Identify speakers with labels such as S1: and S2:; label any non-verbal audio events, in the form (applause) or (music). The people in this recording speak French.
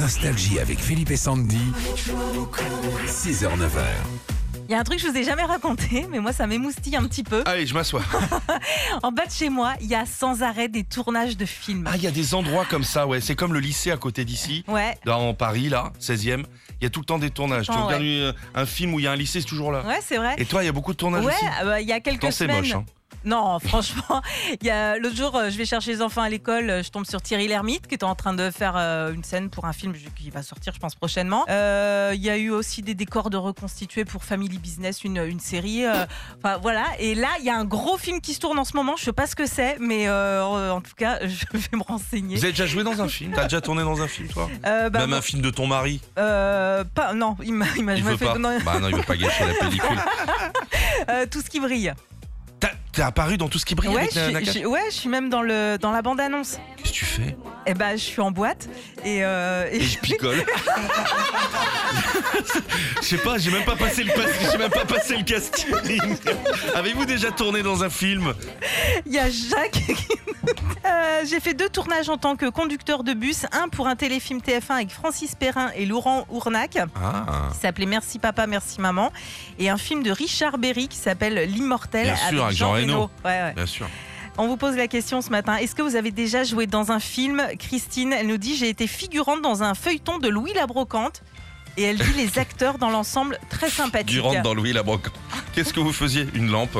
S1: Nostalgie avec Philippe et Sandy. 6h-9h.
S2: Il y a un truc que je vous ai jamais raconté, mais moi ça m'émoustille un petit peu.
S3: Allez, je m'assois.
S2: En bas de chez moi, il y a sans arrêt des tournages de films.
S3: Ah, il y a des endroits comme ça, ouais. C'est comme le lycée à côté d'ici,
S2: Ouais,
S3: dans Paris, là, 16e. Il y a tout le temps des tournages.
S2: Tout le temps,
S3: tu regardes euh, un film où il y a un lycée, c'est toujours là.
S2: Ah, ouais, c'est vrai.
S3: Et toi, il y a beaucoup de tournages
S2: Ouais,
S3: aussi
S2: euh, il y a quelques
S3: Tant c'est
S2: semaines.
S3: moche. hein.
S2: Non, (laughs) franchement, il y a l'autre jour, euh, je vais chercher les enfants à l'école, euh, je tombe sur Thierry Lhermitte qui était en train de faire euh, une scène pour un film ju- qui va sortir, je pense, prochainement. Euh, Il y a eu aussi des décors de reconstitués pour Family Business, une, une série. euh, Enfin voilà. Et là, il y a un gros film qui se tourne en ce moment. Je sais pas ce que c'est, mais euh, en tout cas, (laughs) je vais me renseigner.
S3: Vous avez déjà joué dans un film T'as déjà tourné dans un film, toi
S2: Euh, bah,
S3: Même un film de ton mari
S2: euh, pas- non, il m'a il m'a
S3: Il
S2: jamais
S3: veut
S2: fait.
S3: pas.
S2: non,
S3: Bah non, il veut pas gâcher la
S2: (laughs)
S3: pellicule.
S2: euh, tout ce qui brille.
S3: T'as- T'es apparu dans tout ce qui brille
S2: Ouais,
S3: avec
S2: je
S3: la-
S2: suis-
S3: la-
S2: je suis- ouais, je suis même dans le dans la bande annonce.
S3: Qu'est-ce que tu fais
S2: Eh ben, je suis en boîte et, euh, et-
S3: Et je picole. Je sais pas, j'ai même pas passé le pas- j'ai même pas passé
S2: (laughs)
S3: le casting. Avez-vous déjà tourné dans un film
S2: (laughs) il y a Jacques. (laughs) qui- Euh, J'ai fait deux tournages en tant que conducteur de bus, un pour un téléfilm TF1 avec Francis Perrin et Laurent Ournac, qui
S3: Ah.
S2: s'appelait Merci Papa, Merci Maman, et un film de Richard Berry qui s'appelle L'Immortel
S3: Bien
S2: avec,
S3: sûr, avec
S2: Jean
S3: Jean
S2: Reno.
S3: Reno.
S2: Ouais, ouais.
S3: Bien sûr.
S2: On vous pose la question ce matin. Est-ce que vous avez déjà joué dans un film Christine, elle nous dit j'ai été figurante dans un feuilleton de Louis la Brocante. Et elle dit les acteurs dans l'ensemble très sympathiques.
S3: Tu rentres dans Louis la Brocante. Qu'est-ce que vous faisiez Une lampe